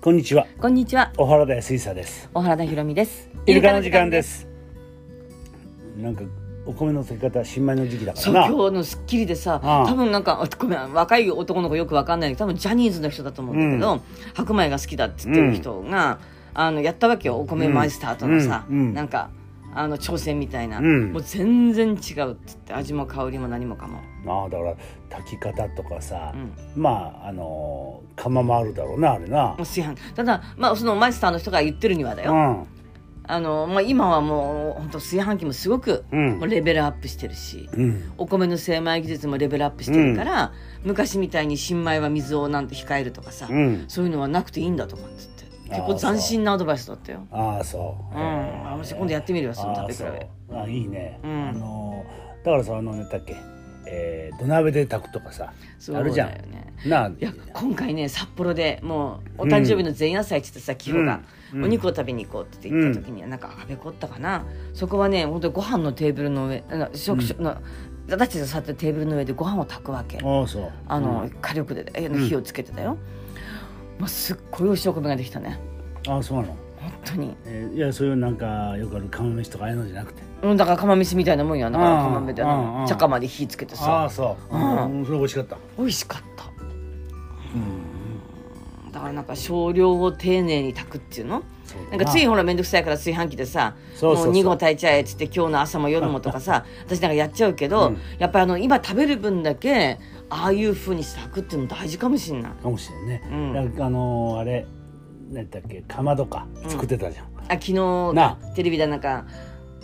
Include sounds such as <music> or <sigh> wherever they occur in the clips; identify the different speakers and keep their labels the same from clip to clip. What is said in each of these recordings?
Speaker 1: こんにちは
Speaker 2: こんにちは
Speaker 1: 小原田水さです
Speaker 2: 小原田ひろみです
Speaker 1: イルカの時間ですなんかお米の炊き方新米の時期だか
Speaker 2: そう
Speaker 1: らな
Speaker 2: 今日の『スッキリ』でさ
Speaker 1: ああ
Speaker 2: 多分なんかあごめん若い男の子よくわかんないけど多分ジャニーズの人だと思うんだけど、白米が好きだって言ってる人が、あのやったわけよお米マイスターとのさ、
Speaker 1: うんうん
Speaker 2: なんかあの挑戦みたいな、
Speaker 1: うん
Speaker 2: もう全然違うっつって味も香りも何もかも、
Speaker 1: ああだから炊き方とかさ
Speaker 2: う、ん、
Speaker 1: まああのー釜もあるだろうなあれな
Speaker 2: もう炊飯ただまあそのマイスターの人が言ってるにはだよ、
Speaker 1: うん
Speaker 2: あのまあ、今はもう本当炊飯器もすごく、
Speaker 1: うん
Speaker 2: もうレベルアップしてるし、
Speaker 1: うん
Speaker 2: お米の精米技術もレベルアップしてるから、昔みたいに新米は水をなんて控えるとかさ、
Speaker 1: うん
Speaker 2: そういうのはなくていいんだとかっつって
Speaker 1: あー
Speaker 2: 結構斬新なアドバイスだったよ。
Speaker 1: ああそう
Speaker 2: うん、あもし今度やってみるよその
Speaker 1: ああ
Speaker 2: 食べ
Speaker 1: そ
Speaker 2: 比
Speaker 1: う
Speaker 2: べ。
Speaker 1: あいいね、
Speaker 2: うん
Speaker 1: あのーだからさあの何だっけ、えー、土鍋で炊くとかさ
Speaker 2: そうだ
Speaker 1: あ
Speaker 2: よ
Speaker 1: るじゃん
Speaker 2: ね。
Speaker 1: なあ
Speaker 2: いや今回ね札幌でもうお誕生日の前夜祭って言ってさ清が、
Speaker 1: うん
Speaker 2: お肉を食べに行こうって言った時に、なんか赤べこったかなそこはね本当にご飯のテーブルの上あの食食の、私たちが座ってるテーブルの上でご飯を炊くわけ。
Speaker 1: ああそう
Speaker 2: あの、
Speaker 1: うん
Speaker 2: 火力でえ
Speaker 1: うん
Speaker 2: 火をつけてたよ、まあ、すっごい美味しいお米ができたね
Speaker 1: ああそうなの、
Speaker 2: 本当に、
Speaker 1: えーいやそういうなんかよくある釜飯とかああいうのじゃなくて
Speaker 2: うん、だから釜飯みたいなもんやだから
Speaker 1: あー
Speaker 2: 釜飯であ
Speaker 1: あー
Speaker 2: の茶釜で火つけて
Speaker 1: あ
Speaker 2: さ
Speaker 1: あそう、
Speaker 2: うん
Speaker 1: うん、それ美味しかった
Speaker 2: 美味しかった
Speaker 1: うん
Speaker 2: だからなんか少量を丁寧に炊くっていうの
Speaker 1: そう
Speaker 2: な
Speaker 1: だ
Speaker 2: んかついほら面倒くさいから炊飯器でさ
Speaker 1: そうそうそう
Speaker 2: もう2合炊いちゃえっつって今日の朝も夜もとかさ私なんかやっちゃうけど、
Speaker 1: うん
Speaker 2: やっぱりあの今食べる分だけああいうふうにして炊くっていうの大事かもしんない
Speaker 1: かもしれんね、
Speaker 2: うん
Speaker 1: なんかあのーあれ何だっけかまどか作ってたじゃん、
Speaker 2: あ昨日
Speaker 1: な
Speaker 2: テレビでなんか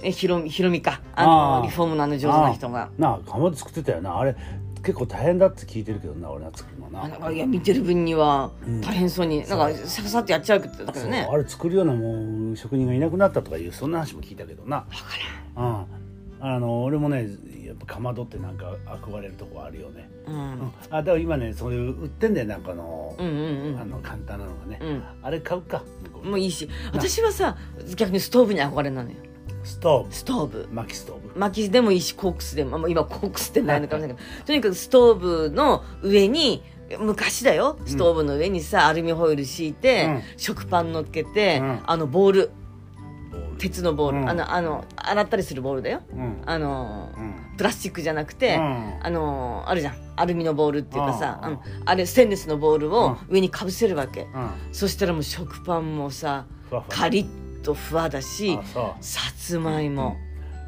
Speaker 2: えひろみひろみかあの
Speaker 1: あー
Speaker 2: リフォームのあの上手な人が
Speaker 1: なあかまど作ってたよなあれ結構大変だって聞いてるけどな俺が作るのな
Speaker 2: あなんかいや見てる分には
Speaker 1: うん
Speaker 2: 大変そうに、なんかささっとやっちゃうけどだけ
Speaker 1: そ
Speaker 2: ど
Speaker 1: う
Speaker 2: ね
Speaker 1: あれ作るようなもう職人がいなくなったとかいうそんな話も聞いたけどなうんあの俺もねやっぱかまどってなんか憧れるとこあるよね、
Speaker 2: うん、
Speaker 1: うんあだから今ねそういう売ってんだよなんかあの、
Speaker 2: うんうんう
Speaker 1: あ
Speaker 2: ん
Speaker 1: の簡単なのがね、
Speaker 2: うん
Speaker 1: あれ買うか向こうで
Speaker 2: もういいし私はさ逆にストーブに憧れなのよ
Speaker 1: ストー
Speaker 2: ストー
Speaker 1: ブ
Speaker 2: ブ
Speaker 1: 薪ストーブ
Speaker 2: 薪でもいいしコークスでも、まあ、今コークスってないのかもしれないけどとにかくストーブの上に昔だよストーブの上にさ、アルミホイル敷いて、
Speaker 1: うん
Speaker 2: 食パン乗っけて、
Speaker 1: うん
Speaker 2: あのボール
Speaker 1: ボール
Speaker 2: 鉄のボール、
Speaker 1: うん
Speaker 2: あのあの洗ったりするボールだよ
Speaker 1: うん
Speaker 2: あの
Speaker 1: うん
Speaker 2: プラスチックじゃなくて、
Speaker 1: うん
Speaker 2: あのあるじゃんアルミのボールっていうかさ
Speaker 1: あ
Speaker 2: あ
Speaker 1: あ
Speaker 2: のあれステンレスのボールを上にかぶせるわけ、
Speaker 1: うん
Speaker 2: そしたらもう食パンもさ
Speaker 1: ふわふわ
Speaker 2: カリッとふわだし
Speaker 1: あそう
Speaker 2: さつまいも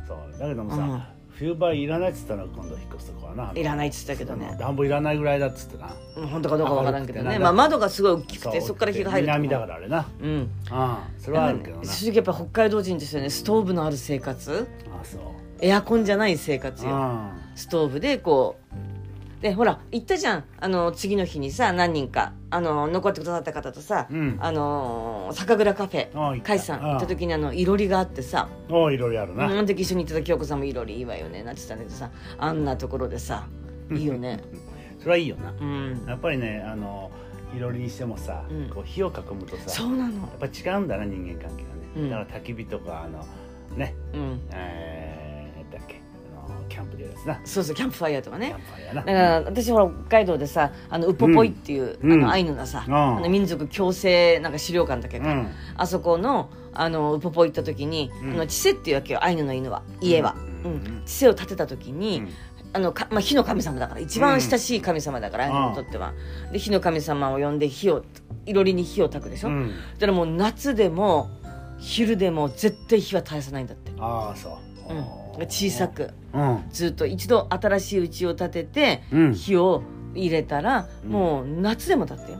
Speaker 1: そうだけどもさ、
Speaker 2: うん
Speaker 1: 冬場いらないっつったら今度引っ越すとこはない
Speaker 2: らないっつったけどね
Speaker 1: 暖房いらないぐらいだっつってな
Speaker 2: もう本当かどうかわからんけど
Speaker 1: 明るくて
Speaker 2: ね、
Speaker 1: な
Speaker 2: まあ、窓がすごい大きくて
Speaker 1: う
Speaker 2: そこから火が入ると
Speaker 1: 南だからあれな
Speaker 2: うん
Speaker 1: ああそれはあ
Speaker 2: だ
Speaker 1: るけ
Speaker 2: か
Speaker 1: ど
Speaker 2: ら
Speaker 1: な
Speaker 2: ね正直やっぱ北海道人ですよねストーブのある生活
Speaker 1: あそう
Speaker 2: エアコンじゃない生活よ
Speaker 1: あ
Speaker 2: ストーブでこうでほら言ったじゃんあの次の日にさ何人かあの残ってくださった方とさ、
Speaker 1: うん
Speaker 2: あの酒蔵カフェ
Speaker 1: あ行った
Speaker 2: 甲斐さん行った時にあのいろりがあってさ
Speaker 1: おいろいろあるな、
Speaker 2: あの時一緒に行ってた京子さんもいろりいいわよねなってたんだけどさあんなところでさいいよ
Speaker 1: <laughs>
Speaker 2: ね
Speaker 1: それはいいよな、
Speaker 2: うん
Speaker 1: やっぱりねあのいろりにしてもさ、
Speaker 2: うん
Speaker 1: こう火を囲むとさ
Speaker 2: そ
Speaker 1: や
Speaker 2: うなの
Speaker 1: っぱ違うんだな人間関係がね、
Speaker 2: うん
Speaker 1: だから焚き火とかあのね
Speaker 2: うん
Speaker 1: えー、だっけあのキャンプでやるやつな
Speaker 2: そうそうキャンプファイヤーとか
Speaker 1: キャ
Speaker 2: ね
Speaker 1: ンプファイヤーな
Speaker 2: だから私ほら北海道でさあのウポポイっていう、
Speaker 1: うん
Speaker 2: あ
Speaker 1: うん
Speaker 2: のアイヌがさ、
Speaker 1: うん
Speaker 2: あの民族共生なんか資料館だっけか、
Speaker 1: うん
Speaker 2: あそこのあのウポポ行った時に、
Speaker 1: うん
Speaker 2: あのチセっていうわけよアイヌの犬は家は、
Speaker 1: う
Speaker 2: うんん
Speaker 1: うん
Speaker 2: チセを建てた時に、
Speaker 1: うん
Speaker 2: あのかまあ、火の神様だから一番親しい神様だから、
Speaker 1: うん
Speaker 2: アイヌにとっては。で火の神様を呼んで火をいろりに火を焚くでしょ、
Speaker 1: うん
Speaker 2: だからもう夏でも昼でも絶対火は絶やさないんだって、
Speaker 1: ああそう、
Speaker 2: うん
Speaker 1: お、ー
Speaker 2: 小さく。
Speaker 1: うん
Speaker 2: ずっと一度新しい家を建てて、
Speaker 1: うん
Speaker 2: 火を入れたら、
Speaker 1: うん
Speaker 2: もう夏でもだってよ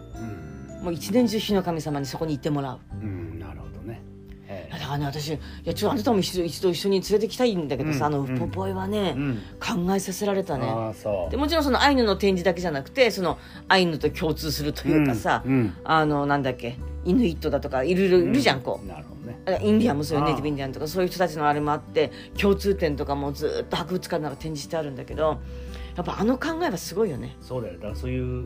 Speaker 1: うん
Speaker 2: もう一年中火の神様にそこに行ってもらう
Speaker 1: うんなるほどね、え
Speaker 2: いや
Speaker 1: え
Speaker 2: だからね私いやちょっとあなたも一度一度一緒に連れてきたいんだけどさ、
Speaker 1: うん
Speaker 2: あのウポポイはね、
Speaker 1: うん
Speaker 2: 考えさせられたね
Speaker 1: ああそう
Speaker 2: でもちろんそのアイヌの展示だけじゃなくてそのアイヌと共通するというかさ、
Speaker 1: うんうん
Speaker 2: あのなんだっけイヌイットだとかいろいろいるじゃんこう、
Speaker 1: なるほどね
Speaker 2: あインディアンもそういう
Speaker 1: ああ
Speaker 2: ネイティブインディアンとかそういう人たちのあれもあって共通点とかもずっと博物館の中展示してあるんだけどやっぱあの考えはすごいよね。
Speaker 1: そうだよだからそういう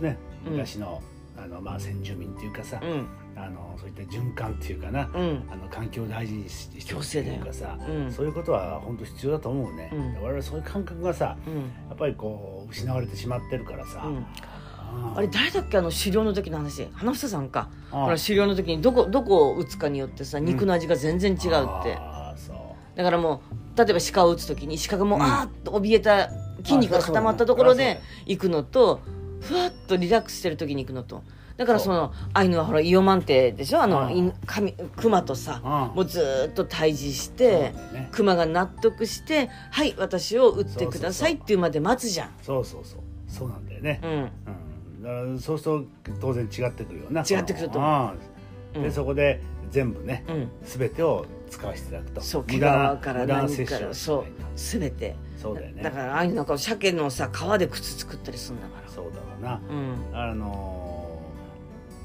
Speaker 1: ね
Speaker 2: うん
Speaker 1: 昔の,、あのまあ、先住民っていうかさ、
Speaker 2: うん
Speaker 1: あのそういった循環っていうかな、
Speaker 2: うん
Speaker 1: あの環境を大事にしてして
Speaker 2: 共生
Speaker 1: って
Speaker 2: だ
Speaker 1: い
Speaker 2: よ
Speaker 1: うかさ、
Speaker 2: うん
Speaker 1: そういうことは本当必要だと思うね、
Speaker 2: うん
Speaker 1: 我々そういう感覚がさ
Speaker 2: うん
Speaker 1: やっぱりこう失われてしまってるからさ、
Speaker 2: うん
Speaker 1: ああ
Speaker 2: あれ誰だっけあの狩猟の時の話花房さんか
Speaker 1: あ
Speaker 2: ほら狩猟の時にどこどこを撃つかによってさ肉の味が全然違うって、
Speaker 1: あーそう
Speaker 2: だからもう例えば鹿を撃つ時に鹿がもう、
Speaker 1: うん
Speaker 2: あーっと怯えた筋肉が固まったところで行くのとふわっとリラックスしてる時に行くのとだからそのアイヌはほらイオマンテでしょあの
Speaker 1: うん
Speaker 2: イン神熊とさ
Speaker 1: うん
Speaker 2: もうずーっと対峙し
Speaker 1: そう
Speaker 2: て
Speaker 1: だよね
Speaker 2: 熊が納得して「はい私を撃ってくださ
Speaker 1: そうそうそう
Speaker 2: い」っていうまで待つじゃん。
Speaker 1: そうそうそうそうなんだよね、
Speaker 2: うん
Speaker 1: うんだからそうすると当然違ってくるよな
Speaker 2: 違ってくると
Speaker 1: 思
Speaker 2: う
Speaker 1: で
Speaker 2: ん
Speaker 1: そこで全部ね
Speaker 2: うん、
Speaker 1: 全てを使わせていただくと
Speaker 2: そう毛
Speaker 1: 無駄
Speaker 2: 皮
Speaker 1: な
Speaker 2: から
Speaker 1: 無駄な
Speaker 2: 何
Speaker 1: 摂
Speaker 2: か
Speaker 1: 取
Speaker 2: ら
Speaker 1: はし
Speaker 2: そ
Speaker 1: な
Speaker 2: う
Speaker 1: いと
Speaker 2: 全て
Speaker 1: そうだよね
Speaker 2: だからああいうなんか鮭のさ皮で靴作ったりするんだから
Speaker 1: そうだわな
Speaker 2: うん
Speaker 1: あの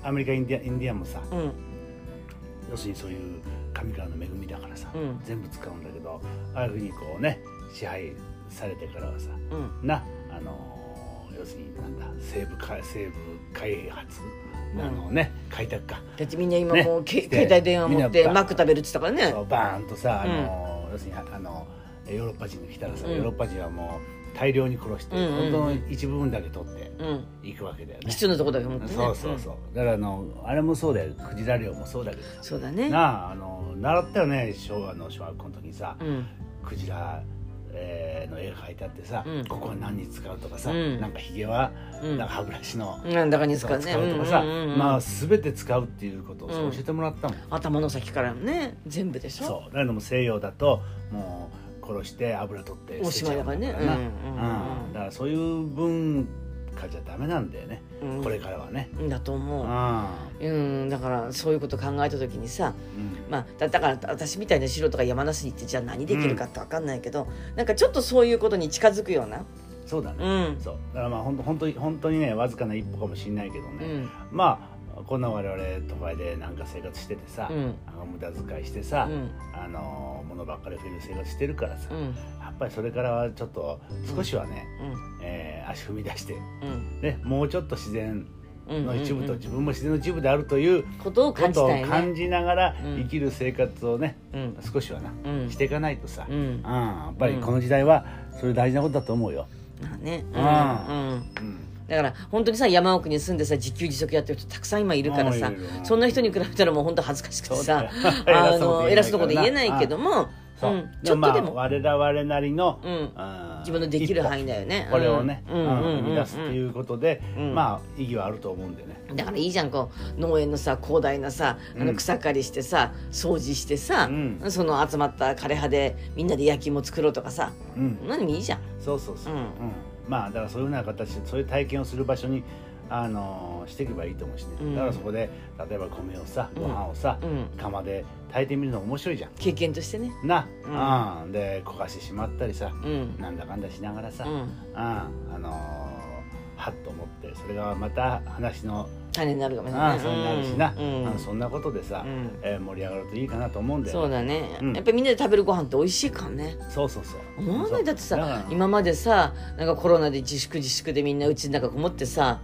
Speaker 1: ーアメリカインディアインディアンもさ
Speaker 2: うん
Speaker 1: 要するにそういう神からの恵みだからさ、
Speaker 2: うん
Speaker 1: 全部使うんだけどああいうふうにこうね支配されてからはさ
Speaker 2: うん
Speaker 1: なあのー要するになんだ西部か西部開発
Speaker 2: うん
Speaker 1: あのね、開拓か
Speaker 2: だってみんな今
Speaker 1: ね
Speaker 2: もう、け
Speaker 1: 来て
Speaker 2: 携帯電話持っ
Speaker 1: みん
Speaker 2: て
Speaker 1: な
Speaker 2: マック食べるって言ったからね
Speaker 1: そうバーンとさ、あのー要するにああのヨーロッパ人が来たらさ、
Speaker 2: うん
Speaker 1: ヨーロッパ人はもう大量に殺して、
Speaker 2: うんうんうん
Speaker 1: 本当の一部分だけ取って
Speaker 2: うん
Speaker 1: いくわけだよね。
Speaker 2: 必要なとこだけ持ってね
Speaker 1: そうそうそう、だからあのあれもそうだよクジラ漁もそうだけど
Speaker 2: うん
Speaker 1: さ
Speaker 2: そうだね
Speaker 1: なああの習ったよね昭和の小学校の時にさ、
Speaker 2: うん
Speaker 1: クジラ、えーの絵が描いてあってさ、
Speaker 2: うん
Speaker 1: ここは何に使うとかさ、
Speaker 2: うん
Speaker 1: なんかひげは、
Speaker 2: うん
Speaker 1: なんか歯ブラシの、
Speaker 2: なんだかに使
Speaker 1: そう
Speaker 2: うね
Speaker 1: 使うとかさ、
Speaker 2: うんうんうんうん
Speaker 1: まあ全て使うっていうことをそう
Speaker 2: うん
Speaker 1: 教えてもらったもん、
Speaker 2: 頭の先からね全部でしょ
Speaker 1: そうだけども西洋だともう殺して油取って
Speaker 2: お
Speaker 1: 捨てち
Speaker 2: しま
Speaker 1: ゃ
Speaker 2: い
Speaker 1: うん
Speaker 2: だからね
Speaker 1: だからな
Speaker 2: うんうんうん
Speaker 1: うんだからそういう文化じゃダメなんだよね、
Speaker 2: うん
Speaker 1: これからはね、
Speaker 2: だと
Speaker 1: う
Speaker 2: 思うんうんだからそういうこと考えた時にさ
Speaker 1: うん
Speaker 2: まあ、だだから私みたいな素人が山梨に行ってじゃあ何できるかって分かんないけど、なんかちょっとそういうことに近づくような
Speaker 1: そうだね、
Speaker 2: うん
Speaker 1: そうだからまあ本当本当に本当にねわずかな一歩かもしれないけど
Speaker 2: う
Speaker 1: ね、
Speaker 2: ん
Speaker 1: まあこんな我々都会でなんか生活しててさ、
Speaker 2: うん
Speaker 1: あの無駄遣いして
Speaker 2: う
Speaker 1: さ、
Speaker 2: ん
Speaker 1: あのものばっかり増える生活してるからさ、
Speaker 2: う
Speaker 1: や
Speaker 2: ん
Speaker 1: っぱりそれからはちょっと少しはね、
Speaker 2: うん
Speaker 1: えー足踏み出して、
Speaker 2: うん
Speaker 1: ね、もうちょっと自然
Speaker 2: うん
Speaker 1: の一部
Speaker 2: うんう
Speaker 1: と
Speaker 2: ん
Speaker 1: 自分も自然の一部であるという
Speaker 2: ことを
Speaker 1: こ
Speaker 2: 感じ
Speaker 1: とを
Speaker 2: たいね
Speaker 1: 感じながら
Speaker 2: うん
Speaker 1: 生きる生活をね、
Speaker 2: うん
Speaker 1: 少しはな、
Speaker 2: うん
Speaker 1: していかないとさ、
Speaker 2: う
Speaker 1: うん
Speaker 2: ん
Speaker 1: やっぱりこの時代はそれ大事なことだと思うよ。
Speaker 2: まあね
Speaker 1: あ
Speaker 2: うんうん
Speaker 1: うん
Speaker 2: だから本当にさ山奥に住んでさ自給自足やってる人たくさん今いるからさ
Speaker 1: うんいるいる
Speaker 2: そんな人に比べたらもう本当恥ずかしくてさ
Speaker 1: そうだよ
Speaker 2: あの偉
Speaker 1: <laughs> 偉
Speaker 2: そう
Speaker 1: そう
Speaker 2: な
Speaker 1: なこと
Speaker 2: こ
Speaker 1: と言
Speaker 2: 言え
Speaker 1: え
Speaker 2: な
Speaker 1: ないい
Speaker 2: け
Speaker 1: け
Speaker 2: ど
Speaker 1: ど
Speaker 2: も
Speaker 1: そう
Speaker 2: うんちょっとでも
Speaker 1: まあ、我々なりの、
Speaker 2: うん
Speaker 1: あー
Speaker 2: 自分のできる範囲だよね
Speaker 1: 一歩これをね、
Speaker 2: う
Speaker 1: うん
Speaker 2: うん
Speaker 1: ん
Speaker 2: うんうん
Speaker 1: 生み出すっていうことで、
Speaker 2: うん
Speaker 1: まあ意義はあると思うんでね。
Speaker 2: だからいいじゃんこう農園のさ広大なさあ
Speaker 1: う
Speaker 2: の
Speaker 1: ん
Speaker 2: 草刈りしてさ、掃除してさ、
Speaker 1: うん
Speaker 2: その集まった枯れ葉でみんなで焼き芋作ろうとかさ
Speaker 1: うん、
Speaker 2: 何もいいじゃん。
Speaker 1: そうそうそう。
Speaker 2: う
Speaker 1: うんんまあだからそういうような形でそういう体験をする場所にあのーしていけばいいと思うしね。
Speaker 2: うん
Speaker 1: だからそこで例えば米をさ、
Speaker 2: うん
Speaker 1: ご飯をさ、
Speaker 2: うん
Speaker 1: 釜で炊いてみるの面白いじゃん。
Speaker 2: 経験としてね。
Speaker 1: な、
Speaker 2: う
Speaker 1: うんん、で焦がしてしまったりさ、
Speaker 2: うん。
Speaker 1: なんだかんだしながらさ、
Speaker 2: う
Speaker 1: うん、
Speaker 2: ん。
Speaker 1: あのーはっと思ってそれがまた話の
Speaker 2: 種になるかもしれ
Speaker 1: あ
Speaker 2: な
Speaker 1: あ
Speaker 2: い。
Speaker 1: そうになるしな、
Speaker 2: うん。
Speaker 1: あのそんなことでさ、
Speaker 2: うん
Speaker 1: えー盛り上がるといいかなと思うんだよ
Speaker 2: そうだね、
Speaker 1: うん
Speaker 2: やっぱりみんなで食べるご飯って美味しいからね
Speaker 1: そうそうそう
Speaker 2: 思わないだってさ
Speaker 1: から
Speaker 2: 今までさなんかコロナで自粛自粛でみんなうちの中こもってさ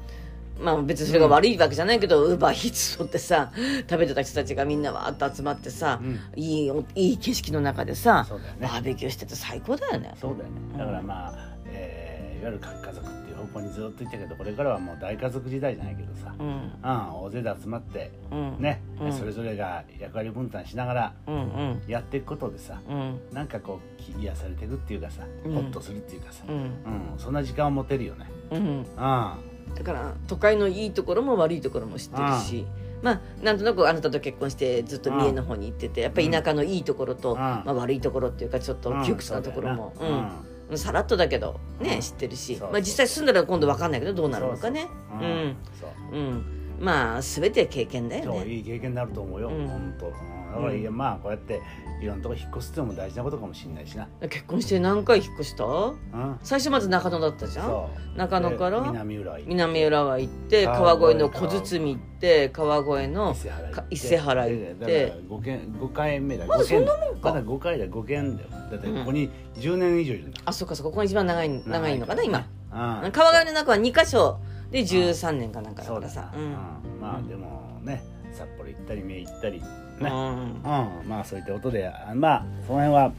Speaker 2: まあ別にそれが悪いわけじゃないけど、ウーバーヒーツ取ってさ食べてた人たちがみんなわーっと集まってさ、
Speaker 1: うん
Speaker 2: いいおいい景色の中でさ、
Speaker 1: そうだよね
Speaker 2: バーベキューしてて最高だよね
Speaker 1: そうだよねだからまあ、えーいわゆる核家族っていう方向にずっといったけどこれからはもう大家族時代じゃないけどさ、
Speaker 2: う
Speaker 1: うん
Speaker 2: ん
Speaker 1: 大勢で集まって
Speaker 2: うん
Speaker 1: ね、
Speaker 2: うん
Speaker 1: それぞれが役割分担しながら
Speaker 2: うんうん
Speaker 1: やっていくことでさ
Speaker 2: うん
Speaker 1: なんかこうき癒されていくっていうかさ、
Speaker 2: うん
Speaker 1: ホッとするっていうかさ、
Speaker 2: うん
Speaker 1: うんそんな時間を持てるよね
Speaker 2: うん
Speaker 1: あ
Speaker 2: だから都会のいいところも悪いところも知ってるしまあなんとなくあなたと結婚してずっと三重の方に行っててやっぱり田舎のいいところと
Speaker 1: うん
Speaker 2: まあ、悪いところっていうかちょっと
Speaker 1: あ
Speaker 2: 窮屈なところも、
Speaker 1: そううだよなん
Speaker 2: さらっとだけどね
Speaker 1: うん
Speaker 2: 知ってるし、
Speaker 1: そう
Speaker 2: まあ、実際住んだら今度分かんないけどどうなるのかね
Speaker 1: そううそううん
Speaker 2: ん
Speaker 1: そう
Speaker 2: うんまあ全て経験だよ
Speaker 1: そう
Speaker 2: ね
Speaker 1: いい経験になると思うよ、
Speaker 2: うん
Speaker 1: 本当、うん、だから、いやまあこうやっていろんなとこ引っ越すっていうのも大事なことかもしれないしな、
Speaker 2: 結婚して何回引っ越した
Speaker 1: うん、
Speaker 2: 最初まず中野だったじゃん
Speaker 1: う
Speaker 2: 中野から
Speaker 1: で南浦行って
Speaker 2: 南浦和行って
Speaker 1: 川
Speaker 2: 川
Speaker 1: 越
Speaker 2: 越の小堤行って川越の
Speaker 1: 伊勢原行って
Speaker 2: 伊勢原行って
Speaker 1: でだから五軒五回目だ
Speaker 2: まだ
Speaker 1: 五軒
Speaker 2: そんなもんか
Speaker 1: まだ五回だ五軒だよだってここに10年以上いるんだ、
Speaker 2: あそっかそっかここが一番長い長いのかな今
Speaker 1: 今
Speaker 2: 川越の中は2箇所で13年かなんかだ
Speaker 1: そ
Speaker 2: か
Speaker 1: うだ
Speaker 2: ら
Speaker 1: さ
Speaker 2: さ、
Speaker 1: う
Speaker 2: うん
Speaker 1: ん、まあでもね札幌行ったり三重行ったりね、
Speaker 2: うん
Speaker 1: うん、まあそういったことであまあその辺は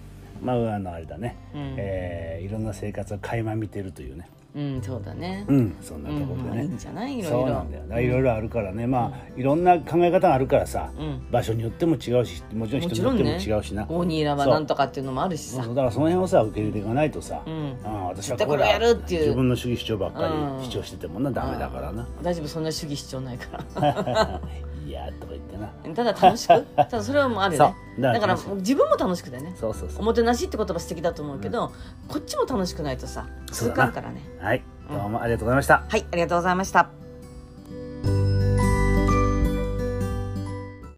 Speaker 1: まああのあれだね、
Speaker 2: うん
Speaker 1: えーいろんな生活を垣間見てるというね
Speaker 2: うんそうだね、
Speaker 1: うんそんな
Speaker 2: う
Speaker 1: とこ
Speaker 2: ん
Speaker 1: ろで
Speaker 2: まあ
Speaker 1: ね、
Speaker 2: いいんじゃないいろいろ
Speaker 1: そうなんだよな、いろいろあるからねまあいろんな考え方があるからさ、
Speaker 2: うん
Speaker 1: 場所によっても違うしもちろん人によっても違うしな、
Speaker 2: ゴーニーラは
Speaker 1: そう
Speaker 2: なんとかっていうのもあるし
Speaker 1: そ
Speaker 2: さ
Speaker 1: うだからその辺をさ受け入れていかないとさ、
Speaker 2: う
Speaker 1: うん
Speaker 2: ん
Speaker 1: 私はこ
Speaker 2: 絶対これやるっていう
Speaker 1: 自分の主義主張ばっか
Speaker 2: うん
Speaker 1: り主張しててもな、ダメだからな
Speaker 2: 大丈夫そんな主義主張ないから <laughs>
Speaker 1: <laughs> いやーとか言ってな
Speaker 2: ただ
Speaker 1: <laughs>
Speaker 2: 楽しくただそれはもうあるよ
Speaker 1: そう
Speaker 2: <laughs> ねだ
Speaker 1: だ
Speaker 2: か
Speaker 1: からら
Speaker 2: 自分も楽しくだよね
Speaker 1: そうそう
Speaker 2: お
Speaker 1: そう
Speaker 2: もてなしって言葉素敵だと思うけど、こっちも楽しくないとさ
Speaker 1: そう
Speaker 2: 続
Speaker 1: だな
Speaker 2: かんからね
Speaker 1: はいどうもありがとうございました、
Speaker 2: はいありがとうございました